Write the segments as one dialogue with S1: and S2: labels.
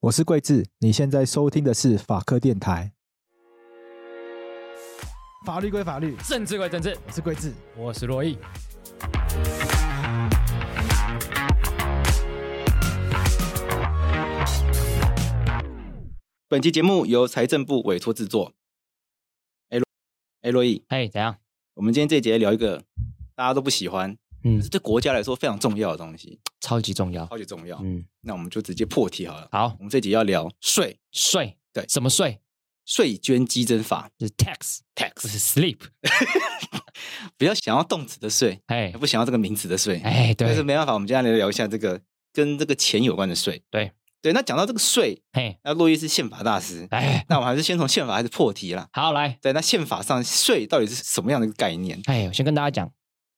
S1: 我是桂智，你现在收听的是法科电台。法律归法律，
S2: 政治归政治，
S1: 我是桂智。
S2: 我是洛毅。
S3: 本期节目由财政部委托制作。哎，洛哎，洛伊，
S2: 哎，怎样？
S3: 我们今天这一节聊一个大家都不喜欢，
S2: 嗯
S3: 可是，对国家来说非常重要的东西，
S2: 超级重要。
S3: 超级重要。
S2: 嗯，
S3: 那我们就直接破题好了。
S2: 好
S3: 我，们这集要聊税
S2: 税
S3: 对
S2: 什么税？
S3: 税捐激增法
S2: 是 tax，不
S3: （tax），
S2: 是 sleep。
S3: 比较想要动词的税，
S2: 哎
S3: 也不想要这个名词的税。
S2: 哎，
S3: 但是
S2: 对，
S3: 没办法，我们今天来聊一下这个跟这个钱有关的税。
S2: 对
S3: 对，那讲到这个税，
S2: 嘿，
S3: 那洛伊是宪法大师，
S2: 哎，
S3: 那我们还是先从宪法开始破题啦。
S2: 好来，
S3: 对，那宪法上税到底是什么样的一个概念？
S2: 哎，我先跟大家讲，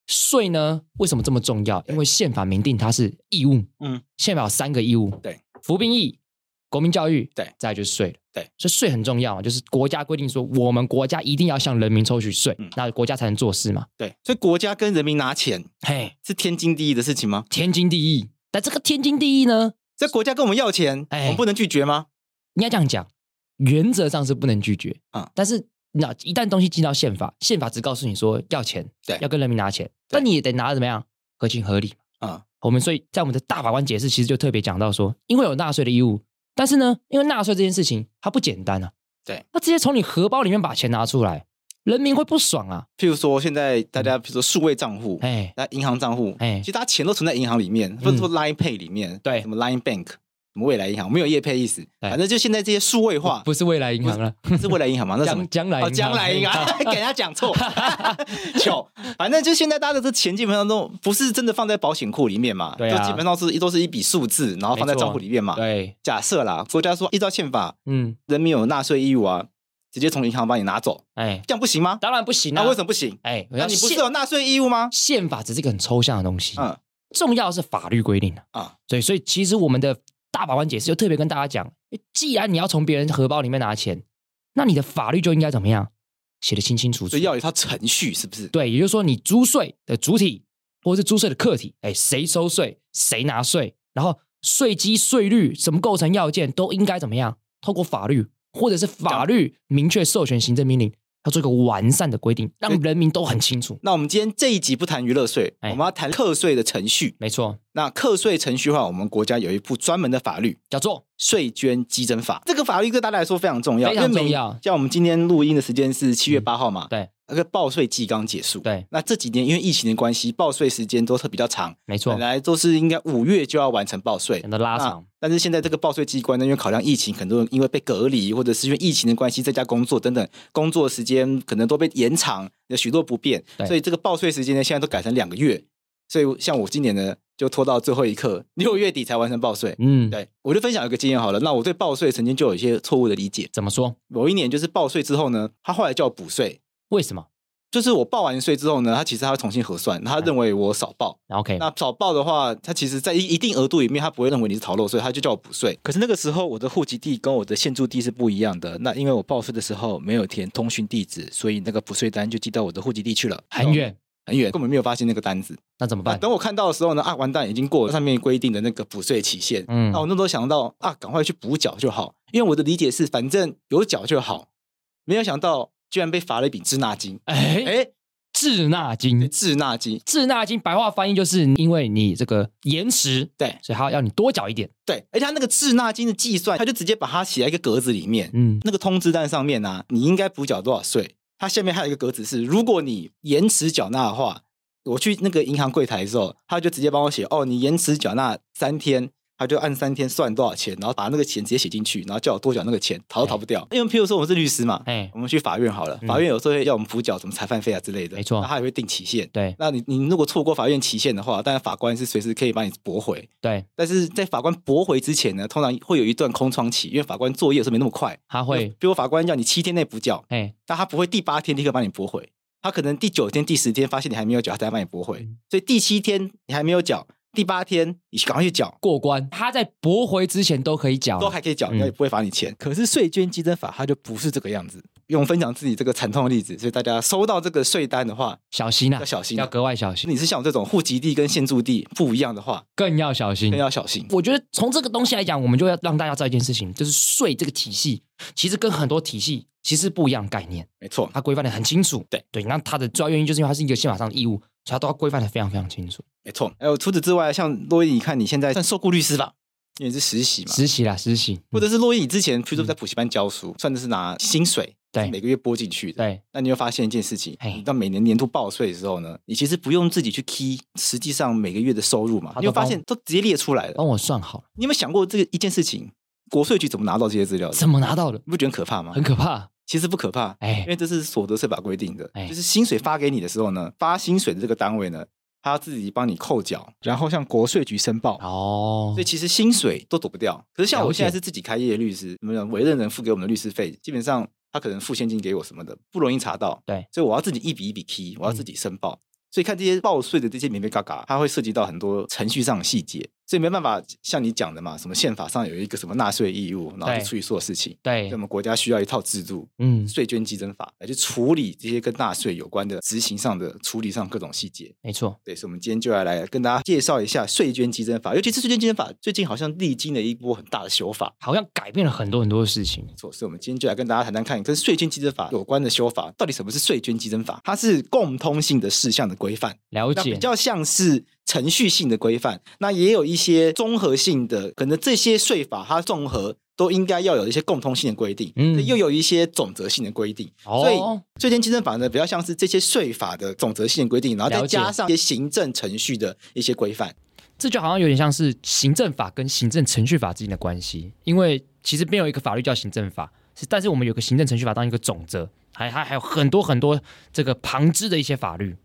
S2: 税呢为什么这么重要？
S3: 对
S2: 因为宪法明定它是义务。
S3: 嗯，
S2: 宪法有三个义务，
S3: 对，
S2: 服兵役、国民教育，
S3: 对
S2: 再来就是税了。
S3: 对，
S2: 所以税很重要嘛，就是国家规定说，我们国家一定要向人民抽取税
S3: 嗯，
S2: 那国家才能做事嘛。
S3: 对，所以国家跟人民拿钱
S2: 嘿，
S3: 是天经地义的事情吗？
S2: 天经地义。但这个天经地义呢，
S3: 这国家跟我们要钱，
S2: 哎
S3: 我们不能拒绝吗？
S2: 应该这样讲，原则上是不能拒绝
S3: 啊
S2: 但是那一旦东西进到宪法，宪法只告诉你说要钱，
S3: 对
S2: 要跟人民拿钱，但你也得拿的怎么样，合情合理。
S3: 啊、
S2: 我们所以在我们的大法官解释，其实就特别讲到说，因为有纳税的义务，但是呢，因为纳税这件事情它不简单啊，
S3: 对，
S2: 那直接从你荷包里面把钱拿出来，人民会不爽啊，
S3: 譬如说现在大家，譬如说数位账户，
S2: 嗯哎，
S3: 那银行账户，
S2: 哎嗯
S3: 其实大家钱都存在银行里面，或者说 Line Pay 里面，
S2: 对
S3: 什么 Line Bank，什么未来银行，我没有业配意思，
S2: 对
S3: 反正就现在这些数位化，
S2: 不是未来银行了，
S3: 是未来银行 吗？那什么
S2: 将？将来
S3: 哦，
S2: 银行
S3: 将来银行， 给人家讲错，糗。反正就现在大家的这钱基本上都不是真的放在保险库里面嘛，
S2: 对啊
S3: 就基本上是都是一笔数字，然后放在账户里面嘛。
S2: 对，
S3: 假设啦，国家说哎依照宪法，
S2: 嗯，
S3: 人民有纳税义务啊，直接从银行把你拿走，
S2: 哎，
S3: 这样不行吗？
S2: 当然不行
S3: 那、
S2: 啊，
S3: 为什么？不行？
S2: 哎，我
S3: 那、
S2: 要
S3: 你不是
S2: 宪
S3: 有纳税义务吗？
S2: 宪法只是一个很抽象的东西，
S3: 嗯，
S2: 重要的是法律规定的
S3: 啊
S2: 啊。对，所以其实我们的大法官解释就特别跟大家讲，诶既然你要从别人荷包里面拿钱，那你的法律就应该怎么样写的清清楚楚
S3: 所以。要有一套程序，是不是？
S2: 对，也就是说，你租税的主体或是租税的客体，哎，谁收税，谁拿税，然后税基、税率什么构成要件都应该怎么样，透过法律或者是法律明确授权行政命令，要做一个完善的规定，让人民都很清楚。
S3: 那我们今天这一集不谈娱乐税，
S2: 哎
S3: 我们要谈课税的程序。
S2: 没错，
S3: 那课税程序化，我们国家有一部专门的法律
S2: 叫做
S3: 《税捐稽征法》。这个法律对大家来说非常重要，
S2: 非常
S3: 因为每
S2: 重要
S3: 啊像我们今天录音的时间是七月八号嘛，
S2: 对，
S3: 那个报税季刚结束。
S2: 嗯对，
S3: 那这几年因为疫情的关系，报税时间都是比较长，
S2: 没错
S3: 本，来都是应该五月就要完成报税
S2: 讲，的拉长
S3: 那。但是现在这个报税机关呢，因为考量疫情，很多人因为被隔离，或者是因为疫情的关系在家工作等等，工作时间可能都被延长，有许多不便，
S2: 对
S3: 所以这个报税时间呢，现在都改成两个月。所以像我今年呢，就拖到最后一刻，六月底才完成报税。
S2: 嗯，
S3: 对，我就分享一个经验好了。那我对报税曾经就有一些错误的理解。
S2: 怎么说？
S3: 某一年就是报税之后呢，他后来叫我补税，
S2: 为什么
S3: 就是我报完税之后呢，他其实他会重新核算，他认为我少报，
S2: ？OK，
S3: 那少报的话，他其实在一一定额度里面，他不会认为你是逃漏税，他就叫我补税。可是那个时候我的户籍地跟我的现住地是不一样的，那因为我报税的时候没有填通讯地址，所以那个补税单就寄到我的户籍地去了，哦
S2: 很远，
S3: 很远，根本没有发现那个单子。
S2: 那怎么
S3: 啊，
S2: 办？
S3: 等我看到的时候呢，啊，完蛋，已经过了上面规定的那个补税期限。
S2: 嗯
S3: 那我那时候想到啊，赶快去补缴就好，因为我的理解是反正有缴就好，没有想到居然被罚了一笔滞纳金。
S2: 哎，
S3: 哎，
S2: 滞纳金，
S3: 滞纳金，
S2: 滞纳金白话翻译就是因为你这个延迟，
S3: 对
S2: 所以他要你多缴一点。
S3: 对，而且他那个滞纳金的计算，他就直接把它写在一个格子里面。
S2: 嗯，
S3: 那个通知单上面啊，你应该补缴多少税？它下面还有一个格子是，如果你延迟缴纳的话，我去那个银行柜台的时候，他就直接帮我写哦，你延迟缴纳三天，他就按三天算多少钱，然后把那个钱直接写进去，然后叫我多缴那个钱，逃都逃不掉。因为譬如说我是律师嘛，
S2: 哎，
S3: 我们去法院好了，
S2: 嗯
S3: 法院有时候会要我们补缴什么裁判费啊之类的，
S2: 没错
S3: 那他也会定期限。
S2: 对
S3: 那你你如果错过法院期限的话，当然法官是随时可以把你驳回。
S2: 对，
S3: 但是在法官驳回之前呢，通常会有一段空窗期，因为法官作业有时候没那么快，
S2: 他会，
S3: 比如法官要你七天内补缴，
S2: 哎，
S3: 但他不会第八天立刻把你驳回，他可能第九天、第十天发现你还没有缴，他才把你驳回
S2: 嗯。
S3: 所以第七天你还没有缴，第八天你赶快去缴，
S2: 过关，他在驳回之前都可以缴，
S3: 都还可以缴，
S2: 嗯
S3: 那也不会罚你钱。可是税捐稽征法它就不是这个样子，用分享自己这个惨痛的例子，所以大家收到这个税单的话，
S2: 小心啊
S3: 要，小心啊、
S2: 要格外小心，
S3: 你是像我这种户籍地跟现住地不一样的话，
S2: 更要小心
S3: 更。要小心。
S2: 我觉得从这个东西来讲，我们就要让大家知道一件事情，就是税这个体系其实跟很多体系其实不一样的概念，
S3: 没错，
S2: 它规范的很清楚。
S3: 对
S2: 对，那它的主要原因就是因为它是一个宪法上的义务，所以它都要规范的非常非常清楚。
S3: 没错。还有除此之外，像洛伊，你看你现在算受雇律师吧，因为你是实习嘛，
S2: 实习啦，实习，
S3: 或
S2: 者
S3: 者是洛伊，你之前譬如说在补习班教书，算的是拿薪水，
S2: 嗯对
S3: 是每个月拨进去的。
S2: 嗯对
S3: 那你会发现一件事情
S2: 嘿，
S3: 你到每年年度报税的时候呢，你其实不用自己去 key，实际上每个月的收入嘛，
S2: 他都
S3: 你会发现都直接列出来了。
S2: 帮我算好了，
S3: 你有没有想过这个一件事情，国税局怎么拿到这些资料的？
S2: 怎么拿到的？
S3: 你不觉得很可怕吗
S2: 很？可怕，
S3: 其实不可怕，
S2: 哎
S3: 因为这是所得税法规定的
S2: 哎，
S3: 就是薪水发给你的时候呢，发薪水的这个单位呢，他自己帮你扣缴，然后向国税局申报。
S2: 哦
S3: 所以，其实薪水都躲不掉。可是像
S2: 了
S3: 我
S2: 解
S3: 现在是自己开业的律师，怎么讲？委任人付给我们的律师费，基本上他可能付现金给我什么的，不容易查到。
S2: 对，嗯
S3: 所以我要自己一笔一笔 key，我要自己申报。所以看这些报税的这些免费嘎嘎，它会涉及到很多程序上的细节，所以没办法像你讲的嘛，什么宪法上有一个什么纳税义务，然后
S2: 对
S3: 去处理所有事情。
S2: 对
S3: 所以我，们国家需要一套制度，
S2: 嗯，
S3: 税捐稽征法来去处理这些跟纳税有关的执行上的处理上各种细节。
S2: 没错，
S3: 对，所以我们今天就要来跟大家介绍一下税捐稽征法，尤其是税捐稽征法最近好像历经了一波很大的修法。
S2: 好像改变了很多很多的事情
S3: 没。错，所以我们今天就来跟大家谈谈看，跟税捐稽征法有关的修法，到底什么是税捐稽征法？它是共通性的事项的规范，
S2: 了
S3: 那
S2: 解
S3: 比，较像是程序性的规范，那也有一些综合性的，可能这些税法它综合都应该要有一些共通性的规定，
S2: 嗯
S3: 嗯，又有一些总则性的规定。所
S2: 哦，
S3: 以税捐稽征法呢，比较像是这些税法的总则性的规定，然后再
S2: 了解
S3: 加上一些行政程序的一些规范。
S2: 这就好像有点像是行政法跟行政程序法之间的关系，因为其实没有一个法律叫行政法，是但是我们有个行政程序法当一个总则，还还还有很多很多这个旁支的一些法律。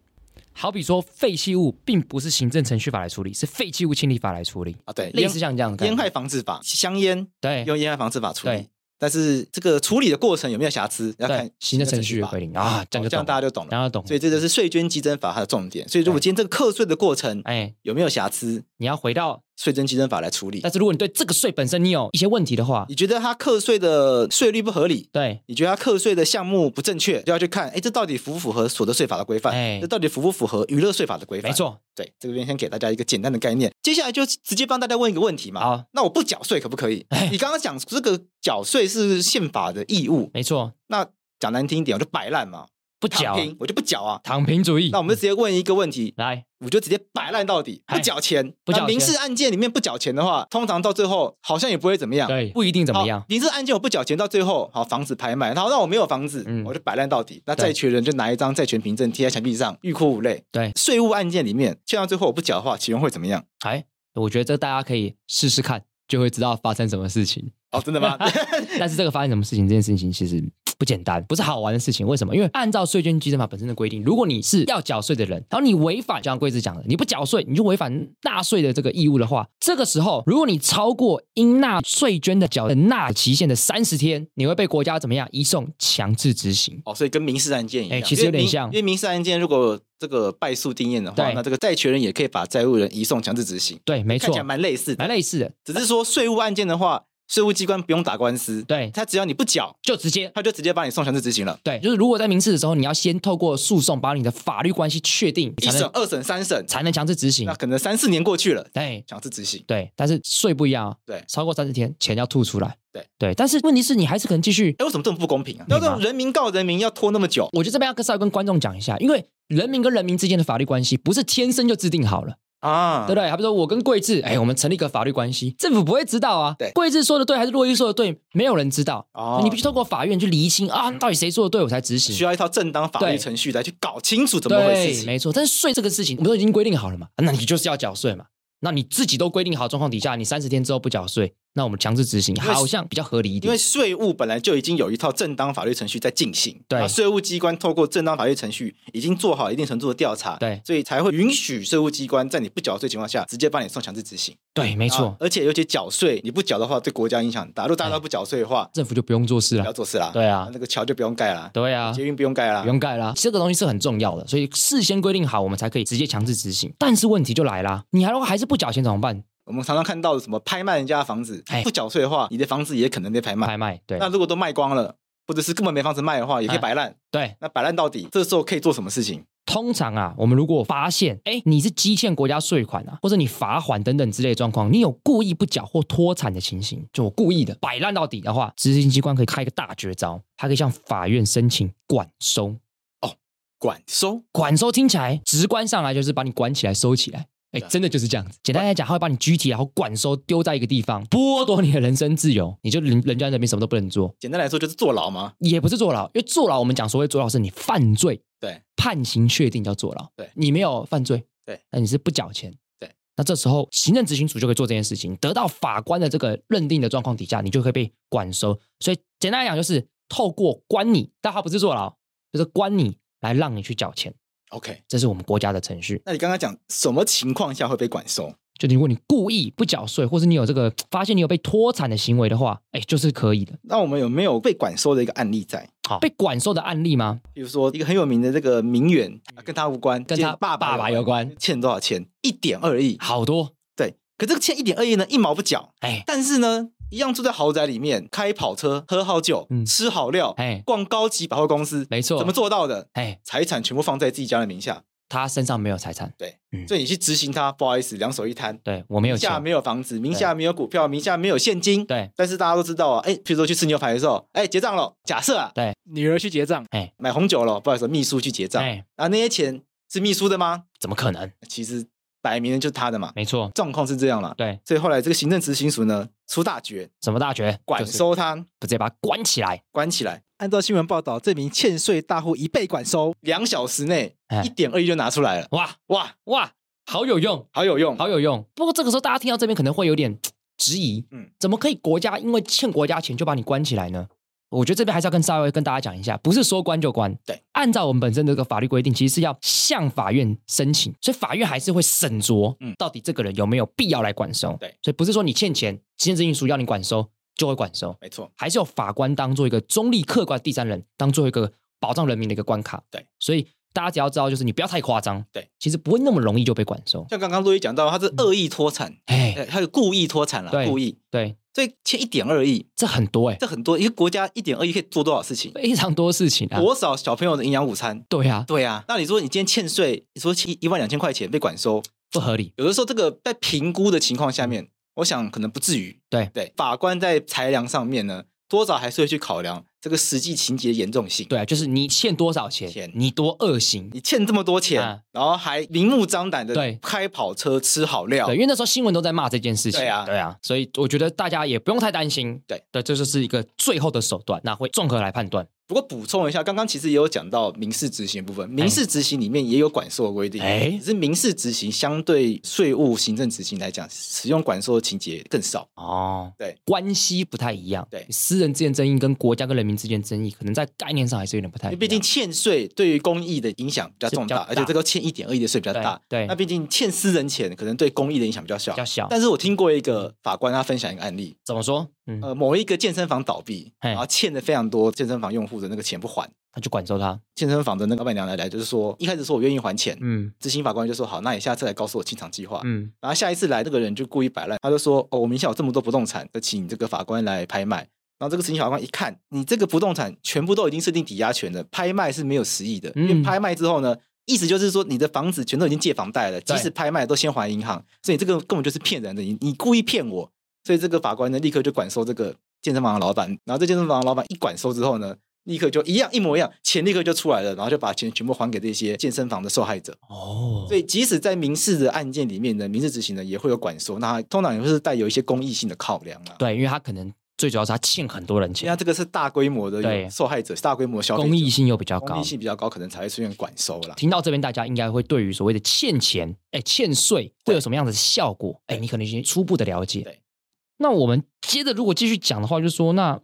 S2: 好比说，废弃物并不是行政程序法来处理，是废弃物清理法来处理，
S3: 啊，对，
S2: 类
S3: 烟
S2: 似像这样的概
S3: 烟
S2: 念
S3: 害防治法，香烟
S2: 对
S3: 用烟害防治法处
S2: 对
S3: 理，但是这个处理的过程有没有瑕疵，要看
S2: 对行政程序的
S3: 法
S2: 规定啊，这
S3: 哦
S2: 样就
S3: 这样
S2: 懂
S3: 大家
S2: 了，
S3: 就懂
S2: 大
S3: 了。
S2: 家懂
S3: 所。以这就是税捐稽征法它的重点。所以如果
S2: 对
S3: 今天这个课税的过程
S2: 哎，
S3: 有没有瑕疵，
S2: 你要回到，
S3: 税捐稽征法来处理
S2: 但。是如果你对这个税本身你有一些问题的话，
S3: 你觉得他课税的税率不合理？
S2: 对，
S3: 你觉得他课税的项目不正确，就要去看，哎，这到底符不符合所得税法的规范？
S2: 哎
S3: 这到底符不符合娱乐税法的规范？
S2: 没，错，
S3: 对，这边先给大家一个简单的概念。接下来就直接帮大家问一个问题嘛。
S2: 好，
S3: 那我不缴税可不可以
S2: 哎？
S3: 你刚刚讲这个缴税是宪法的义务，
S2: 没错，
S3: 那讲难听一点，我就摆烂嘛，
S2: 不
S3: 躺
S2: 缴
S3: 平，我就不缴啊。
S2: 躺平主义。
S3: 那我们就直接问一个问题，
S2: 来，
S3: 我就直接摆烂到底，
S2: 哎
S3: 不缴钱。
S2: 不缴
S3: 那
S2: 钱
S3: 民事案件里面不缴钱的话，通常到最后好像也不会怎么样。
S2: 对，不一定怎么样
S3: 好。民事案件我不缴钱，到最后好房子拍卖，然后让我没有房子，
S2: 嗯
S3: 我就摆烂到底。那
S2: 对
S3: 债权人就拿一张债权凭证贴在墙壁上，欲哭无泪。
S2: 对
S3: 税务案件里面，欠到最后我不缴的话，启源会怎么样？
S2: 哎，我觉得这大家可以试试看，就会知道发生什么事情。
S3: 哦，真的吗？
S2: 但是这个发生什么事情这件事情其实不简单，不是好玩的事情。为什么？因为按照税捐稽征法本身的规定，如果你是要缴税的人，然后你违反，就像贵子讲的，你不缴税，你就违反纳税的这个义务的话，这个时候如果你超过应纳税捐的缴的纳期限的三十天，你会被国家怎么样移送强制执行？
S3: 哦，所以跟民事案件一样，
S2: 哎其实有
S3: 因为
S2: 点
S3: 民
S2: 像
S3: 因为民事案件如果这个败诉定验的话，
S2: 对
S3: 那这个债权人也可以把债务人移送强制执行，
S2: 对，没
S3: 看
S2: 错哎
S3: 起来，蛮类似
S2: 蛮
S3: 的。
S2: 类似的，
S3: 只是说税务案件的话，税务机关不用打官司，
S2: 对，
S3: 他只要你不缴，
S2: 就直接
S3: 他就直接把你送强制执行了。
S2: 对，就是如果在民事的时候，你要先透过诉讼把你的法律关系确定，
S3: 一
S2: 才
S3: 审
S2: 能、
S3: 二审、三审，
S2: 才能强制执行
S3: 那。可能三四年过去了，
S2: 对
S3: 强制执行。
S2: 对，但是税不一样啊，
S3: 对
S2: 超过三十天钱要吐出来。
S3: 对
S2: 对，但是问题是你还是可能继续。
S3: 哎，为什么这么不公平啊？
S2: 明
S3: 要
S2: 白
S3: 这种人民告人民要拖那么久？
S2: 我觉得这边要稍微跟观众讲一下，因为人民跟人民之间的法律关系不是天生就制定好了，
S3: 啊，
S2: 对不对？好比说我跟桂智，哎，我们成立一个法律关系，政府不会知道啊。
S3: 对
S2: 桂智说的对还是洛伊说的对，没有人知道。
S3: 哦
S2: 你必须透过法院去厘清啊，到底谁说的对，我才执行
S3: 需。要一套正当法律
S2: 对
S3: 程序来去搞清楚怎么回
S2: 对
S3: 事，情。
S2: 没错。但是税这个事情，我们都已经规定好了嘛，那你就是要缴税嘛。那你自己都规定好状况底下，你三十天之后不缴税，那我们强制执行
S3: 为
S2: 好像比较合理一
S3: 因为
S2: 点。
S3: 税务本来就已经有一套正当法律程序在进行，
S2: 对
S3: 那税务机关透过正当法律程序已经做好一定程度的调查，
S2: 对
S3: 所以才会允许税务机关在你不缴税情况下，直接帮你送强制执行。
S2: 对，没
S3: 没
S2: 错，
S3: 而且尤其缴税，你不缴的话，对国家影响很大。如果大家都不缴税的话，
S2: 政府就不用做事
S3: 不要
S2: 了。
S3: 做事啦，
S2: 对啊
S3: 那个桥就不用盖啦，
S2: 对啊
S3: 捷，运不用盖啦
S2: 不，用盖啦，这个东西是很重要的，所以事先规定好，我们才可以直接强制执行。但是问题就来啦，你还如果还是不缴钱怎么办？
S3: 我们常常看到什么拍卖人家的房子
S2: 哎，
S3: 不缴税的话，你的房子也可能被拍卖。
S2: 拍卖，对哎
S3: 那如果都卖光了，或者是根本没房子卖的话，也可以摆烂。
S2: 对，
S3: 那摆烂到底，这时候可以做什么事情？
S2: 通常啊，我们如果发现，哎，你是积欠国家税款啊，或者你罚款等等之类的状况，你有故意不缴或脱产的情形，就我故意的摆烂到底的话，执行机关可以开一个大绝招，它可以向法院申请管收。
S3: 管收，
S2: 管收听起来直观上来就是把你管起来收起来。哎，
S3: 对啊
S2: 真的就是这样子。简单来讲，他会把你拘提，然后管收丢在一个地方，剥夺你的人身自由，你就人人家在那边什么都不能做，
S3: 简单来说就是坐牢嘛。
S2: 也不是坐牢，因为坐牢我们讲所谓坐牢是你犯罪
S3: 对，
S2: 判刑确定叫坐牢，
S3: 对
S2: 你没有犯罪，
S3: 对，
S2: 那你是不缴钱，
S3: 对，
S2: 那这时候行政执行署就可以做这件事情，得到法官的这个认定的状况底下，你就可以被管收。所以简单来讲，就是透过关你，但他不是坐牢，就是关你来让你去缴钱，
S3: OK，
S2: 这是我们国家的程序。
S3: 那你刚刚讲什么情况下会被管收？
S2: 就如果你故意不缴税，或是你有这个发现你有被脱产的行为的话，哎，就是可以的。
S3: 那我们有没有被管收的一个案例在？
S2: 好，被管收的案例吗？
S3: 比如说一个很有名的这个名媛，啊跟他无关，
S2: 跟
S3: 今
S2: 他
S3: 天爸
S2: 爸爸有关，
S3: 欠多少钱？一点二亿。
S2: 好多，
S3: 对，可这个欠一点二亿呢，一毛不缴，
S2: 哎
S3: 但是呢，一样住在豪宅里面，开跑车，喝好酒，
S2: 嗯
S3: 吃好料，
S2: 哎，
S3: 逛高级百货公司，
S2: 没错，
S3: 怎么？做到的？
S2: 哎，
S3: 财产全部放在自己家人名下，
S2: 他身上没有财产，
S3: 所以你去执行它，不好意思，两手一摊，
S2: 对我没有
S3: 名下
S2: 钱，
S3: 没有房子，名下没有股票，名下没有现金。
S2: 对
S3: 但是大家都知道啊，哎，譬如说去吃牛排的时候，哎，结账了，假设啊，
S4: 女儿去结账，
S3: 买红酒了，不好意思，秘书去结账，
S2: 哎，
S3: 啊，那些钱是秘书的吗？
S2: 怎么可能？
S3: 其实摆明了就是他的嘛，
S2: 没错，
S3: 状况是这样了。
S2: 对，
S3: 所以后来这个行政执行署呢出大决，
S2: 什么大学
S3: 管，
S2: 就是
S3: 收他，
S2: 直接把他关起来，
S3: 关起来，
S1: 按照新闻报道，这名欠税大户已被管收。
S3: 两小时内
S2: 哎
S3: 一点二亿就拿出来了，
S2: 哇
S3: 哇，
S2: 哇，好有用，
S3: 好有用，
S2: 好有用。不过这个时候大家听到这边可能会有点质疑，
S3: 嗯
S2: 嗯，怎么可以国家因为欠国家钱就把你关起来呢？我觉得这边还是要跟稍微跟大家讲一下，不是说关就关。
S3: 对，
S2: 按照我们本身的这个法律规定，其实是要向法院申请，所以法院还是会审酌，
S3: 嗯
S2: 嗯，到底这个人有没有必要来管收。
S3: 对，
S2: 所以不是说你欠钱，行政执行署要你管收就会管收，
S3: 没错，
S2: 还是有法官当做一个中立客观的第三人，当做一个保障人民的一个关卡。
S3: 对，
S2: 所以大家只要知道，就是你不要太夸张。
S3: 对，
S2: 其实不会那么容易就被管收。
S3: 像刚刚陆毅讲到，他是恶意脱产，
S2: 哎，
S3: 哎他是故意脱产了，
S2: 对
S3: 故意，
S2: 对，
S3: 所以欠一点二亿，
S2: 这很多哎、
S3: 这很多，一个国家一点二亿可以做多少事情？
S2: 非常多事情啊。
S3: 多少小朋友的营养午餐？
S2: 对啊，
S3: 对啊，那你说你今天欠税，你说欠一万两千块钱被管收，
S2: 不合理。
S3: 有的时候这个在评估的情况下面，我想可能不至于。
S2: 嗯对
S3: 对，法官在裁量上面呢，多少还是会去考量这个实际情节的严重性。
S2: 对啊，就是你欠多少钱，
S3: 钱
S2: 你多恶行。
S3: 你欠这么多钱，
S2: 啊
S3: 然后还明目张胆的
S2: 对
S3: 开跑车吃好料
S2: 对，，因为那时候新闻都在骂这件事情。
S3: 对啊
S2: 对啊，所以我觉得大家也不用太担心。
S3: 对
S2: 对，这就是一个最后的手段，那会综合来判断。
S3: 不过补充一下，刚刚其实也有讲到民事执行的部分，民事执行里面也有管收的规定，
S2: 哎
S3: 只是民事执行相对税务、行政执行来讲，使用管收的情节更少。
S2: 哦，
S3: 对，
S2: 关系不太一样。
S3: 对
S2: 私人之间争议跟国家跟人民之间争议，可能在概念上还是有点不太
S3: 因
S2: 一
S3: 为
S2: 样。
S3: 毕竟欠税对于公益的影响比较重大，
S2: 哎是比较大
S3: 而且这个欠一点二亿的税比较大。
S2: 对对
S3: 那毕竟欠私人钱可能对公益的影响比较小。
S2: 比较小。
S3: 但是我听过一个法官他分享一个案例，
S2: 怎么说？嗯，哎
S3: 呃，某一个健身房倒闭，
S2: 嘿
S3: 然后欠了非常多健身房用户的那个钱不还，
S2: 他就管收他。
S3: 健身房的那个老板娘来来就是说，一开始说我愿意还钱，
S2: 嗯
S3: 执行法官就说好，那你下次来告诉我清偿计划。
S2: 嗯，
S3: 然后下一次来，那个人就故意摆烂，他就说：“哦，我名下有这么多不动产，就请这个法官来拍卖。”然后这个执行法官一看，你这个不动产全部都已经设定抵押权了，拍卖是没有实益的，因为
S2: 嗯
S3: 拍卖之后呢，意思就是说你的房子全都已经借房贷了，即
S2: 对
S3: 使拍卖都先还银行，所以这个根本就是骗人的，你你故意骗我。所以这个法官呢，立刻就管收这个健身房的老板，然后这健身房的老板一管收之后呢。立刻就一样一模一样，钱立刻就出来了，然后就把钱全部还给这些健身房的受害者。
S2: 哦，
S3: 所以即使在民事的案件里面呢，民事执行呢也会有管束，那它通常也会是带有一些公益性的考量啊。
S2: 对，因为他可能最主要是他欠很多人
S3: 因为它
S2: 钱，
S3: 这个是大规模的
S2: 对
S3: 有受害者，大规模的消费者
S2: 公益性又比较
S3: 公
S2: 高
S3: 益。性比较高，可能才会出现管收啦。
S2: 听到这边，大家应该会对于所谓的欠钱、哎欠税会有什么样的效果？哎，你可能已经初步的了解。
S3: 对，
S2: 那我们接着如果继续讲的话，就是说，那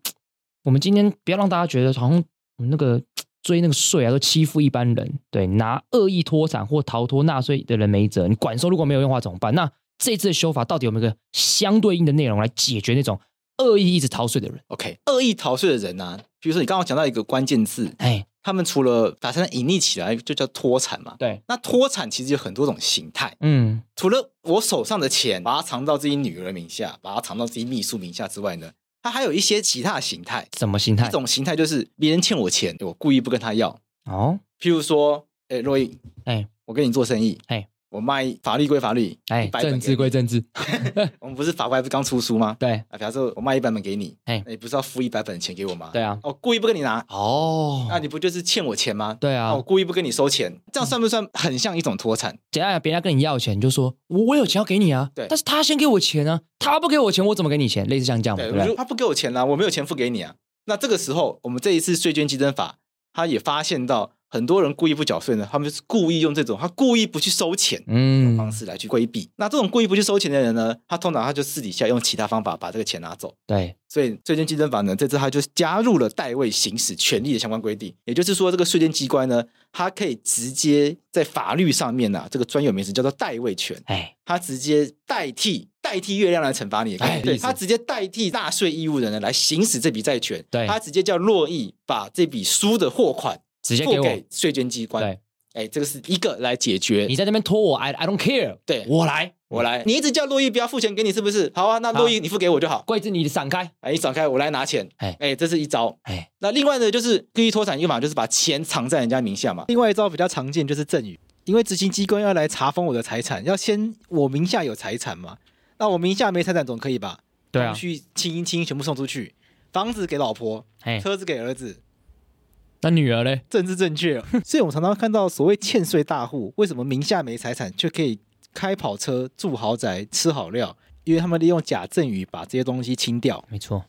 S2: 我们今天不要让大家觉得好像我们那个追那个税啊，都欺负一般人。对，拿恶意脱产或逃脱纳税的人没辙，你管收如果没有用的话怎么办？那这次的修法到底有没有一个相对应的内容来解决那种恶意一直逃税的人？
S3: OK，恶意逃税的人呢、啊，比如说你刚刚讲到一个关键字，
S2: 哎，
S3: 他们除了打算隐匿起来，就叫脱产嘛。
S2: 对，
S3: 那脱产其实有很多种形态，
S2: 嗯，
S3: 除了我手上的钱把它藏到自己女儿名下，把它藏到自己秘书名下之外呢，它还有一些其他的形态。
S2: 什么心
S3: 一
S2: 态？
S3: 种形态就是别人欠我钱，我故意不跟他要。
S2: 哦，
S3: 譬如说，哎、若英，
S2: 哎
S3: 我跟你做生意，
S2: 哎
S3: 我卖法律归法律，
S2: 哎，
S3: 100本
S2: 政
S3: 给
S2: 治
S3: 你
S2: 归政治，
S3: 我们不是法官不是刚出书吗？
S2: 对
S3: 啊，比方说我卖一百本给你，
S2: 哎
S3: 哎，你不是要付一百本钱给我吗？
S2: 对，啊，
S3: 我故意不跟你拿，
S2: 哦
S3: 那你哦不就是欠我钱吗？
S2: 对啊
S3: 我，故意不跟你收钱，这样算不算很像一种脱产？
S2: 简单来，别人家跟你要钱，你就说我我有钱要给你啊，
S3: 对
S2: 但是他先给我钱啊，他不给我钱，我怎么给你钱？类似像这样嘛，
S3: 对，
S2: 对
S3: 我
S2: 嗯不
S3: 就
S2: 对？
S3: 他不给我钱啦、我没有钱付给你啊。那这个时候，我们这一次税捐稽征法，他也发现到很多人故意不缴税呢，他们就是故意用这种，他故意不去收钱。
S2: 嗯，
S3: 方式来去规避。那这种故意不去收钱的人呢，他通常他就私底下用其他方法把这个钱拿走。
S2: 对，
S3: 所以税捐稽征法呢，这次它就加入了代位行使权利的相关规定，也就是说，这个税捐机关呢，它可以直接在法律上面呢、啊这个专有名词叫做代位权，
S2: 哎，
S3: 它直接代替代替月亮来惩罚你的概
S2: 哎
S3: 念，
S2: 意
S3: 对，
S2: 思
S3: 它直接代替纳税义务人呢来行使这笔债权，
S2: 对
S3: 它直接叫洛邑把这笔输的货款
S2: 直接给
S3: 付
S2: 我，
S3: 给税捐机关，
S2: 对
S3: 哎，这个是一个来解决
S2: 你在那边拖我，I I don't care，
S3: 对
S2: 我来，
S3: 我来，你一直叫洛伊不要付钱给你，是不是？好啊，那洛伊你付给我就好。
S2: 柜子你闪开，
S3: 哎，你闪开，我来拿钱。
S2: 哎
S3: 哎这是一招。
S2: 哎，
S3: 那另外呢，就是故意脱产一个嘛，就是把钱藏在人家名下嘛。另外一招比较常见就是赠与，因为执行机关要来查封我的财产，要先我名下有财产嘛。那我名下没财产总可以吧？
S2: 对啊
S3: 东，西清一清，全部送出去，房子给老婆，
S2: 哎，
S3: 车子给儿子，
S2: 那女儿嘞？
S3: 政治正确 哦。所以我们常常看到所谓欠税大户，为什么名下没财产却可以开跑车、住豪宅、吃好料？因为他们利用假赠与把这些东西清掉。
S2: 没错，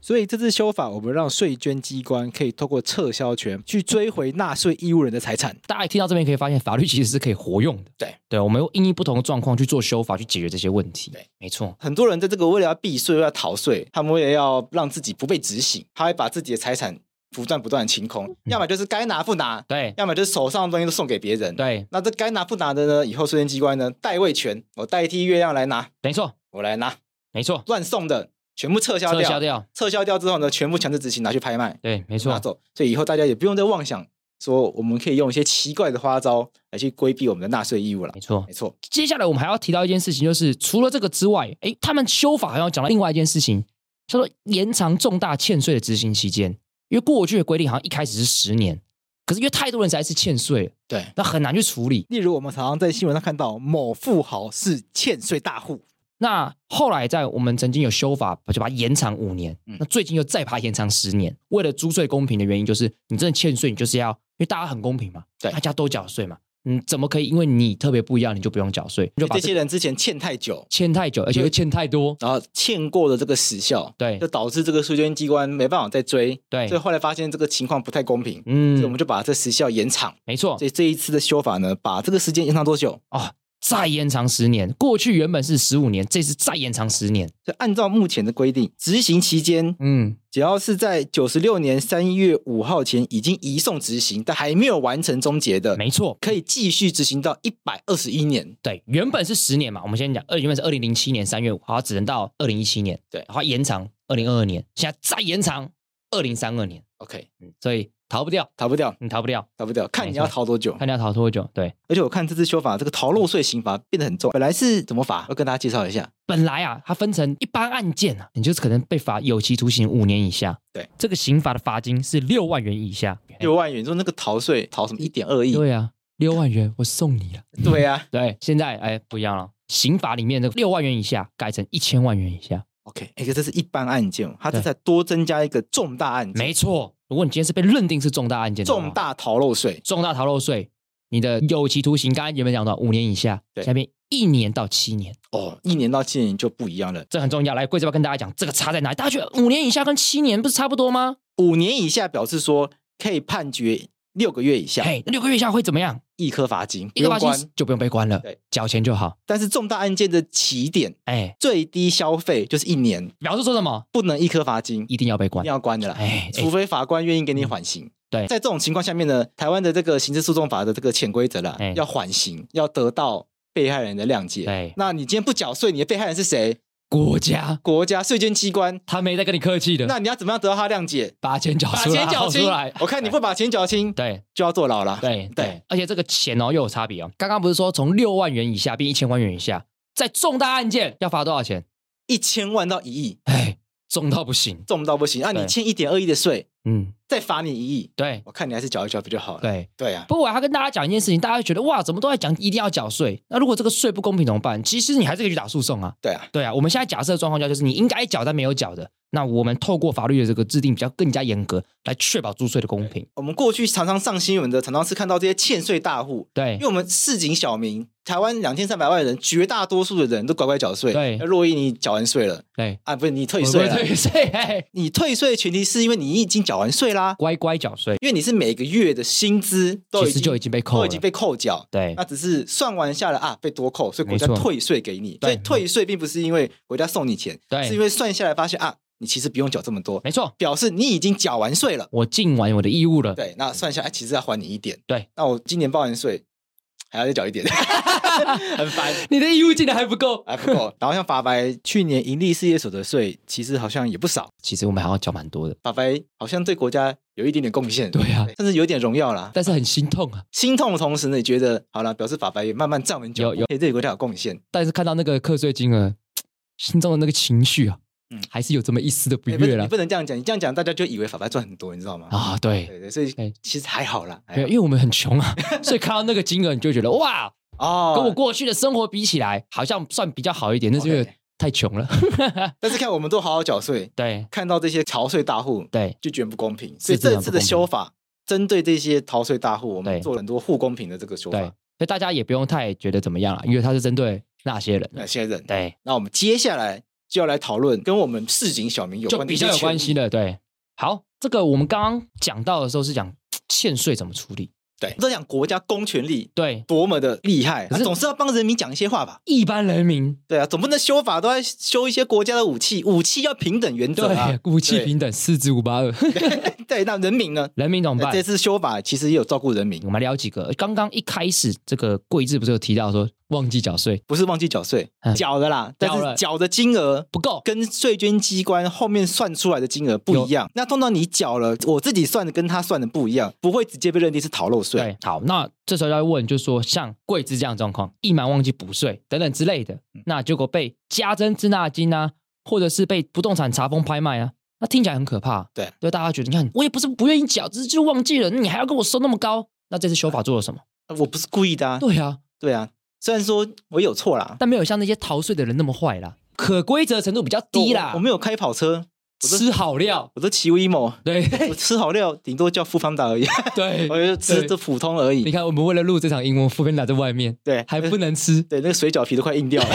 S3: 所以这次修法，我们让税捐机关可以透过撤销权去追回纳税义务人的财产。
S2: 大家一听到这边可以发现，法律其实是可以活用的。
S3: 对，
S2: 对，我们用因应不同的状况去做修法，去解决这些问题。
S3: 对，
S2: 没错，
S3: 很多人在这个为了要避税、为了要逃税，他们为了要让自己不被执行，他会把自己的财产不断不断的清空，要么就是该拿不拿，
S2: 对，
S3: 要么就是手上的东西都送给别人。
S2: 对，
S3: 那这该拿不拿的呢？以后税捐机关呢，代位权，我代替月亮来拿，
S2: 没错，
S3: 我来拿。
S2: 没错，
S3: 乱送的全部撤销
S2: 撤
S3: 掉，
S2: 销掉，
S3: 撤销掉之后呢，全部强制执行拿去拍卖，
S2: 对，没
S3: 拿
S2: 错，
S3: 走。所以以后大家也不用再妄想说我们可以用一些奇怪的花招来去规避我们的纳税义务了
S2: 没。错。
S3: 没错，
S2: 接下来我们还要提到一件事情，就是除了这个之外，诶，他们修法还要讲到另外一件事情，叫做延长重大欠税的执行期间。因为过去的规定好像一开始是十年，可是因为太多人实在是欠税了，
S3: 对。
S2: 那很难去处理。
S3: 例如我们常常在新闻上看到某富豪是欠税大户，
S2: 那后来在我们曾经有修法，就把它延长五年。
S3: 嗯
S2: 那最近又再把它延长十年，为了租税公平的原因，就是你真的欠税，你就是要，因为大家很公平嘛，
S3: 对
S2: 大家都缴税嘛，嗯，怎么可以因为你特别不一样，你就不用缴税？你就把
S3: 这些人之前欠太久，
S2: 欠太久，而且又欠太多，
S3: 然后欠过的这个时效，
S2: 对
S3: 就导致这个税捐机关没办法再追，
S2: 对
S3: 所以，后来发现这个情况不太公平，所以我
S2: 嗯
S3: 们，就把这时效延长。
S2: 没错
S3: 所，以这一次的修法呢，把这个时间延长多久？
S2: 哦，再延长十年，过去原本是十五年，这次再延长十年，
S3: 就按照目前的规定，执行期间
S2: 嗯，
S3: 只要是在九十六年三月五号前已经移送执行，但还没有完成终结的，
S2: 没错，
S3: 可以继续执行到一百二十一年。
S2: 对，原本是十年嘛，我们先讲，二原本是二零零七年三月五，好，只能到二零一七年，
S3: 对
S2: 然后延长二零二二年，现在再延长二零三二年，
S3: OK，
S2: 嗯，所以逃不掉，嗯
S3: 逃不掉，
S2: 你逃不掉，
S3: 逃不掉，看你要逃多久。
S2: 看你要逃多久。对，
S3: 而且我看这次修法，这个逃漏税刑罚变得很重。本来是怎么罚？我跟大家介绍一下。
S2: 本来啊，它分成一般案件啊，你就是可能被罚有期徒刑五年以下，
S3: 对，
S2: 这个刑罚的罚金是六万元以下，
S3: 六万元，你说那个逃税逃什么一点二亿？
S2: 哎对啊，六万元我送你了。
S3: 对啊。
S2: 对，现在哎不一样了，刑法里面的六万元以下改成一千万元以下。
S3: OK，哎，可这是一般案件哦，它这才多增加一个重大案件，
S2: 没错，如果你今天是被认定是重大案件的话
S3: 重大逃漏税。
S2: 重大逃漏税，你的有期徒刑刚才原本讲到五年以下，
S3: 对
S2: 下面一年到七年，
S3: 哦，一年到七年就不一样了。
S2: 这很重要。来，贵子要跟大家讲这个差在哪里？大家觉得五年以下跟七年不是差不多吗？
S3: 五年以下表示说可以判决六个月以下，
S2: 嘿，那六个月以下会怎么样？
S3: 一颗罚金，
S2: 一个罚
S3: 不用
S2: 金
S3: 关。
S2: 就不用被关了
S3: 对，
S2: 缴钱就好。
S3: 但是重大案件的起点
S2: 哎，
S3: 最低消费就是一年，
S2: 表示说什么？
S3: 不能一颗罚金，一
S2: 一定要被关
S3: 定。要关的啦。
S2: 哎，哎嗯
S3: 除非法官愿意给你缓刑。
S2: 对
S3: 在这种情况下面呢，台湾的这个刑事诉讼法的这个潜规则啦
S2: 哎，
S3: 要缓刑，要得到被害人的谅解。
S2: 对
S3: 那你今天不缴税，你的被害人是谁？
S2: 哎国家
S3: 国家税捐机关。
S2: 他没在跟你客气的，
S3: 那你要怎么样得到他谅解？
S2: 把钱缴
S3: 把
S2: 出来，
S3: 钱缴清
S2: 出来。，
S3: 我看你不把钱缴清，
S2: 对，
S3: 就要坐牢了。
S2: 对对
S3: 啊对，
S2: 而且这个钱哦又有差别哦。刚刚不是说从六万元以下变一千万元以下，在重大案件要罚多少钱？
S3: 一千万到一亿，
S2: 哎，重到不行。
S3: 重到不行啊！
S2: 对
S3: 你欠一点二亿的税，
S2: 嗯，
S3: 再罚你一亿，
S2: 对
S3: 我看你还是缴一缴不就好了？
S2: 对。
S3: 对啊，
S2: 不过我要跟大家讲一件事情，大家会觉得哇，怎么都在讲一定要缴税？那如果这个税不公平怎么办？其实你还是可以去打诉讼啊。
S3: 对啊，
S2: 对啊，我们现在假设的状况下就是你应该缴但没有缴的，那我们透过法律的这个制定比较更加严格来确保租税的公平。
S3: 我们过去常常上新闻的，常常是看到这些欠税大户，
S2: 对
S3: 因为我们市井小民，台湾两千三百万人，绝大多数的人都乖乖缴税。
S2: 对
S3: 那洛伊你缴完税了
S2: 对，
S3: 啊？不是你退
S2: 我
S3: 税
S2: 们
S3: 了？
S2: 退税，嘿
S3: 你退税的前提是因为你已经缴完税啦，
S2: 乖乖缴税，
S3: 因为你是每个月的薪资都
S2: 其
S3: 已
S2: 实
S3: 经
S2: 就已经被扣
S3: 都
S2: 了
S3: 已。经被啊扣缴，
S2: 对
S3: 那只是算完下来啊被多扣，所以国家
S2: 没错
S3: 退税给你。所
S2: 对
S3: 以退税并不是因为国家送你钱，
S2: 对
S3: 是因为算下来发现啊，你其实不用缴这么多，
S2: 没错，
S3: 表示你已经缴完税了。
S2: 我尽完我的义务了。
S3: 对，那算下来哎其实要还你一点。
S2: 对，
S3: 那我今年报完税还要再 缴一点，很烦。
S2: 你的义务竟然还不够，
S3: 还不够，然后像法白去年盈利事业所得税，其实好像也不少。
S2: 其实我们还要缴蛮多的。
S3: 法白好像对国家有一点点贡献，
S2: 对啊，
S3: 但是有点荣耀啦。
S2: 但是很心痛啊。
S3: 心痛的同时呢，也觉得好了，表示法白也慢慢站稳脚
S2: 有
S3: 步，对这个国家有贡献。
S2: 但是看到那个课税金额，心中的那个情绪啊，
S3: 嗯
S2: 还是有这么一丝的哎不
S3: 哎你不
S2: 悦
S3: 能你
S2: 了
S3: 不能这样讲，你这样讲大家就以为法白赚很多，你知道吗？
S2: 啊。对，哎
S3: 对对，所以
S2: 对
S3: 其实还好啦。还
S2: 没
S3: 好
S2: 有，因为我们很穷 啊，所以看到那个金额，你就觉得哇，
S3: 哦，
S2: 跟我过去的生活比起来，好像算比较好一点，那是因为
S3: OK
S2: 太穷了。
S3: 但是看我们都好好缴税，
S2: 对
S3: 看到这些逃税大户
S2: 对
S3: 就觉得不公平，所以
S2: 是真的
S3: 这次
S2: 不公
S3: 的
S2: 平
S3: 修法针对这些逃税大户，我们
S2: 对
S3: 做了很多护公平的这个修
S2: 对，
S3: 法
S2: 所。以大家也不用太觉得怎么样了，因为它是针对那些人。
S3: 哪些人？
S2: 对，
S3: 那我们接下来就要来讨论跟我们市井小民有
S2: 就
S3: 关的
S2: 比
S3: 一些
S2: 较有关
S3: 权益
S2: 系。的。对，好，这个我们刚刚讲到的时候是讲欠税怎么处理。
S3: 对，都讲国家公权力
S2: 对，
S3: 多么的厉害，
S2: 可
S3: 啊
S2: 是
S3: 总是要帮人民讲一些话吧？
S2: 一般人 民
S3: 对啊，总不能修法都在修一些国家的武器，武器要平等原则
S2: 对
S3: 啊。
S2: 武器
S3: 对
S2: 平等四至五八二，
S3: 对，那人民呢？
S2: 人民怎么办
S3: 哎这？次修法其实也有照顾人民，
S2: 我们来聊几个。刚刚一开始这个贵志不是有提到说忘记缴税
S3: 不是忘记缴税
S2: 嗯，
S3: 缴的啦，但
S2: 缴了
S3: 是缴的金额
S2: 不够，
S3: 跟税捐机关后面算出来的金额不一样。那通常你缴了，我自己算的跟他算的不一样，不会直接被认定是逃漏税。
S2: 对，好，那这时候要问，就是说像贵志这样的状况，一瞒忘记补税等等之类的，
S3: 嗯
S2: 那结果被加征滞纳金啊，或者是被不动产查封拍卖啊，那听起来很可怕。啊
S3: 对，
S2: 对，大家觉得你看，我也不是不愿意缴，只是就忘记了，你还要跟我收那么高。那这次修法做了什么？
S3: 我不是故意的啊，
S2: 对啊，
S3: 对啊，虽然说我有错啦，
S2: 但没有像那些逃税的人那么坏啦，可规则程度比较低啦
S3: 我我。没有开跑车，我都
S2: 吃好料，
S3: 我都骑 WeMo，
S2: 对
S3: 我吃好料顶多叫富方达而已，
S2: 对
S3: 我，就吃
S2: 对
S3: 这普通而
S2: 你
S3: 已。
S2: 看，我们为了录这场英文，副边打在外面，
S3: 对，
S2: 还不能吃。
S3: 对那个水饺皮都快硬掉 了。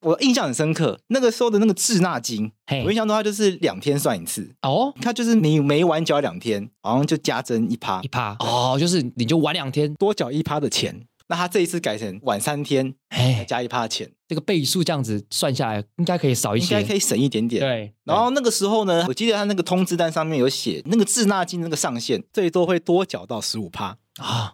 S3: 我印象很深刻，那个时候的那个滞纳金，
S2: 嘿
S3: 我印象中它就是两天算一次，
S2: 哦，
S3: 它就是你每晚缴两天，好像就加征一趴
S2: 一，趴哦，就是你就玩两天，
S3: 多缴一趴的钱。那它这一次改成晚三天
S2: 哎，
S3: 加一趴的钱，
S2: 这个倍数这样子算下来，应该可以少一
S3: 应
S2: 些，
S3: 该可以省一点点。。
S2: 对。
S3: 然后那个时候呢，我记得他那个通知单上面有写，那个滞纳金那个上限最多会多缴到十五趴，
S2: 啊，